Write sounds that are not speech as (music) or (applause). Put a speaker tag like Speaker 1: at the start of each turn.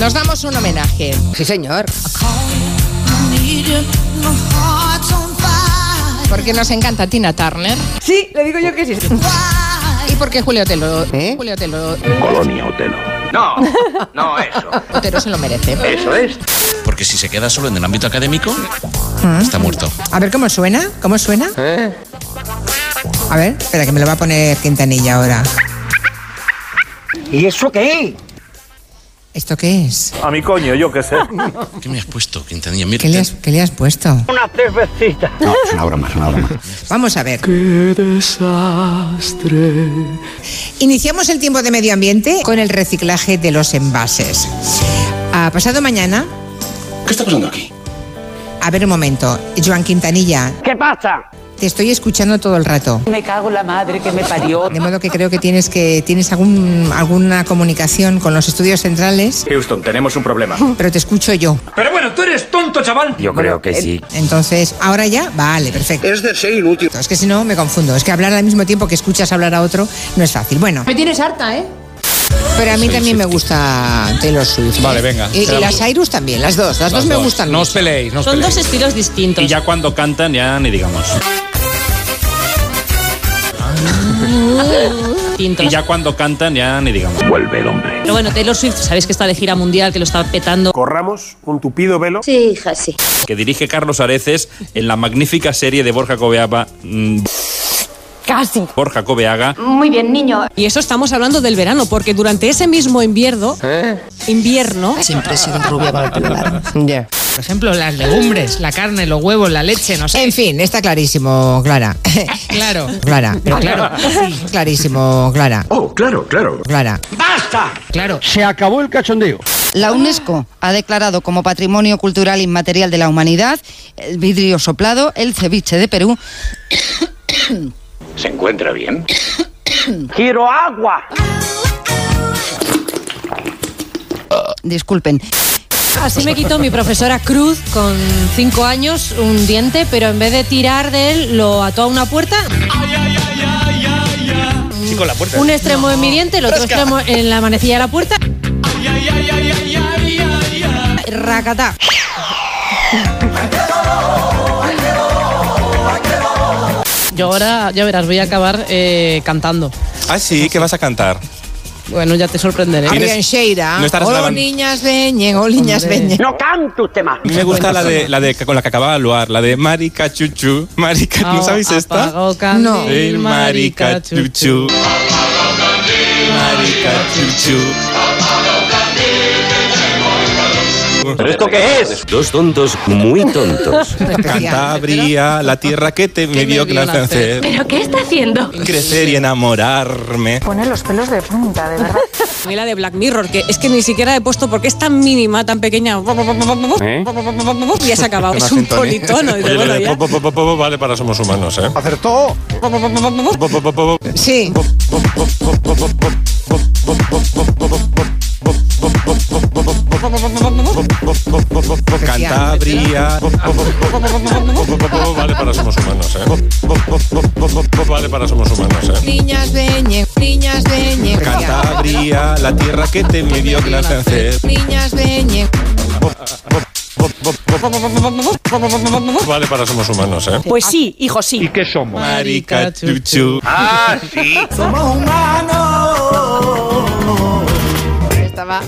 Speaker 1: Nos damos un homenaje.
Speaker 2: Sí, señor.
Speaker 1: Porque nos encanta Tina Turner
Speaker 2: Sí, le digo yo que sí.
Speaker 1: y porque Julio Otelo,
Speaker 2: ¿Eh?
Speaker 1: Julio Otelo,
Speaker 3: Colonia
Speaker 1: (laughs)
Speaker 3: Otelo. No, no eso.
Speaker 1: Otero se lo merece.
Speaker 3: Eso es.
Speaker 4: Porque si se queda solo en el ámbito académico, está muerto.
Speaker 1: A ver cómo suena, cómo suena.
Speaker 5: ¿Eh?
Speaker 1: A ver, espera que me lo va a poner Quintanilla ahora.
Speaker 5: ¿Y eso qué?
Speaker 1: ¿Esto qué es?
Speaker 6: A mi coño, yo qué sé.
Speaker 4: ¿Qué me has puesto, Quintanilla? Mira,
Speaker 1: ¿Qué le has, qué le has puesto?
Speaker 5: Una cervecita.
Speaker 3: No, es una broma, es una broma.
Speaker 1: Vamos a ver. Iniciamos el tiempo de medio ambiente con el reciclaje de los envases. Ah, pasado mañana,
Speaker 3: ¿Qué está pasando aquí?
Speaker 1: a ver un momento, Joan Quintanilla,
Speaker 5: ¿Qué pasa?
Speaker 1: te estoy escuchando todo el rato.
Speaker 7: Me cago en la madre que me parió.
Speaker 1: De modo que creo que tienes que tienes algún, alguna comunicación con los estudios centrales,
Speaker 6: (laughs) Houston, tenemos un problema.
Speaker 1: pero te escucho yo.
Speaker 6: Pero bueno, tú eres tonto, chaval.
Speaker 5: Yo creo que sí.
Speaker 1: Entonces, ahora ya, vale, perfecto.
Speaker 3: Es de ser inútil.
Speaker 1: Es que si no, me confundo. Es que hablar al mismo tiempo que escuchas hablar a otro no es fácil. Bueno. Me tienes harta, ¿eh? Pero a mí también me gusta Taylor Swift.
Speaker 8: Vale, venga.
Speaker 1: Y, y las Cyrus también, las dos. Las, dos, me
Speaker 8: dos.
Speaker 1: gustan.
Speaker 8: No os
Speaker 1: mucho.
Speaker 8: peleéis, no os
Speaker 9: Son dos
Speaker 8: peleéis.
Speaker 9: estilos distintos.
Speaker 8: Y ya cuando cantan, ya ni digamos.
Speaker 9: distintos.
Speaker 8: Y ya cuando cantan, ya ni digamos.
Speaker 3: Vuelve el hombre.
Speaker 9: Pero bueno, Taylor Swift, sabéis que está de gira mundial, que lo está petando.
Speaker 6: Corramos un tupido velo.
Speaker 7: Sí, hija, sí.
Speaker 8: Que dirige Carlos Areces en la magnífica serie de Borja Coveaga. mm,
Speaker 7: Casi.
Speaker 8: Borja Coveaga.
Speaker 7: Muy bien, niño.
Speaker 9: Y eso estamos hablando del verano, porque durante ese mismo invierno,
Speaker 8: Eh.
Speaker 9: invierno,
Speaker 2: Siempre he sido rubia con el pelo largo.
Speaker 1: Ya.
Speaker 10: Por ejemplo, las legumbres, la carne, los huevos, la leche, no sé.
Speaker 1: En fin, está clarísimo, Clara.
Speaker 10: (laughs) Claro.
Speaker 1: Clara, pero claro. Clarísimo, Clara.
Speaker 3: Oh, claro, claro.
Speaker 1: Clara.
Speaker 10: Claro.
Speaker 5: Se acabó el cachondeo.
Speaker 2: La UNESCO ha declarado como Patrimonio Cultural Inmaterial de la Humanidad el vidrio soplado, el ceviche de Perú.
Speaker 3: ¿Se encuentra bien?
Speaker 5: Quiero agua.
Speaker 2: Disculpen.
Speaker 9: así me quitó mi profesora Cruz con cinco años un diente, pero en vez de tirar de él, lo ató a una puerta.
Speaker 8: Sí, con la puerta.
Speaker 9: Un extremo en mi diente, el otro extremo en la manecilla de la puerta. Racatá. Yo ahora, ya verás, voy a acabar eh, cantando.
Speaker 8: Ah, sí, que vas a cantar.
Speaker 9: Bueno, ya te sorprenderé.
Speaker 8: Tienes-
Speaker 1: Adrián Sheira.
Speaker 8: no estarás
Speaker 1: oh,
Speaker 8: grabando.
Speaker 1: niñas veñen, oh, niñas
Speaker 9: Hombre.
Speaker 1: veñen.
Speaker 5: No canto usted más.
Speaker 8: A mí me gusta la de, la de con la que acababa de luar, la de Marica Chuchu. Marica, ¿no sabéis esta?
Speaker 9: Apagó candil,
Speaker 1: No.
Speaker 8: El Marica
Speaker 9: marica, chuchu.
Speaker 8: Chuchu. Marica Chuchu.
Speaker 3: ¿Pero esto qué es? Dos tontos muy tontos.
Speaker 8: Cantabria, la tierra que te me dio que la hacer.
Speaker 7: ¿Pero qué está haciendo?
Speaker 8: Crecer y enamorarme.
Speaker 7: Pone los pelos de punta, de verdad.
Speaker 9: A mí la de Black Mirror, que es que ni siquiera he puesto porque es tan mínima, tan pequeña. Y ya se ha acabado. es un politono. Dice,
Speaker 8: Oye, lo
Speaker 9: bueno,
Speaker 8: de
Speaker 9: ya.
Speaker 8: po, po, po, po, po, vale para Somos Humanos, ¿eh?
Speaker 5: Acertó.
Speaker 8: Po, po, po, po, po.
Speaker 1: Sí.
Speaker 8: Cantabria. Po, po, po, po, po, po, po, po, Vale para Somos Humanos, ¿eh? Po, po, po, po, po, po, po, Vale para Somos Humanos, ¿eh?
Speaker 1: Niñas veñen, niñas veñen.
Speaker 8: Cantabria, la tierra que te me dio que la hacer.
Speaker 1: Niñas veñen.
Speaker 8: Po, po, po, po, po, Vale para Somos Humanos, ¿eh?
Speaker 9: Pues sí, hijo, sí.
Speaker 5: qué somos?
Speaker 8: Marica chuchu.
Speaker 3: Ah, sí.
Speaker 1: Estaba